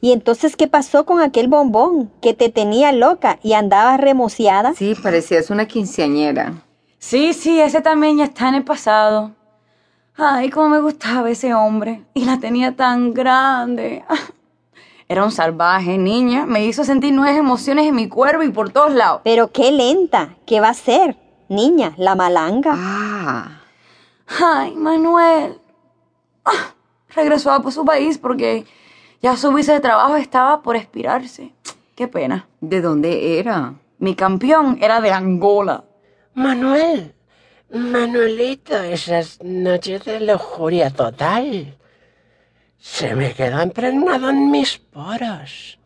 Y entonces, ¿qué pasó con aquel bombón que te tenía loca y andabas remociada? Sí, parecías una quinceañera. Sí, sí, ese también ya está en el pasado. Ay, cómo me gustaba ese hombre. Y la tenía tan grande. Era un salvaje, niña. Me hizo sentir nuevas emociones en mi cuerpo y por todos lados. Pero qué lenta. ¿Qué va a ser? Niña, la malanga. Ah, Ay, Manuel. Ah, regresó a su país porque ya su visa de trabajo estaba por expirarse. Qué pena. ¿de dónde era? Mi campeón era de Angola. Manuel, Manuelito, esas noches de lujuria total. Se me quedó impregnado en mis poros.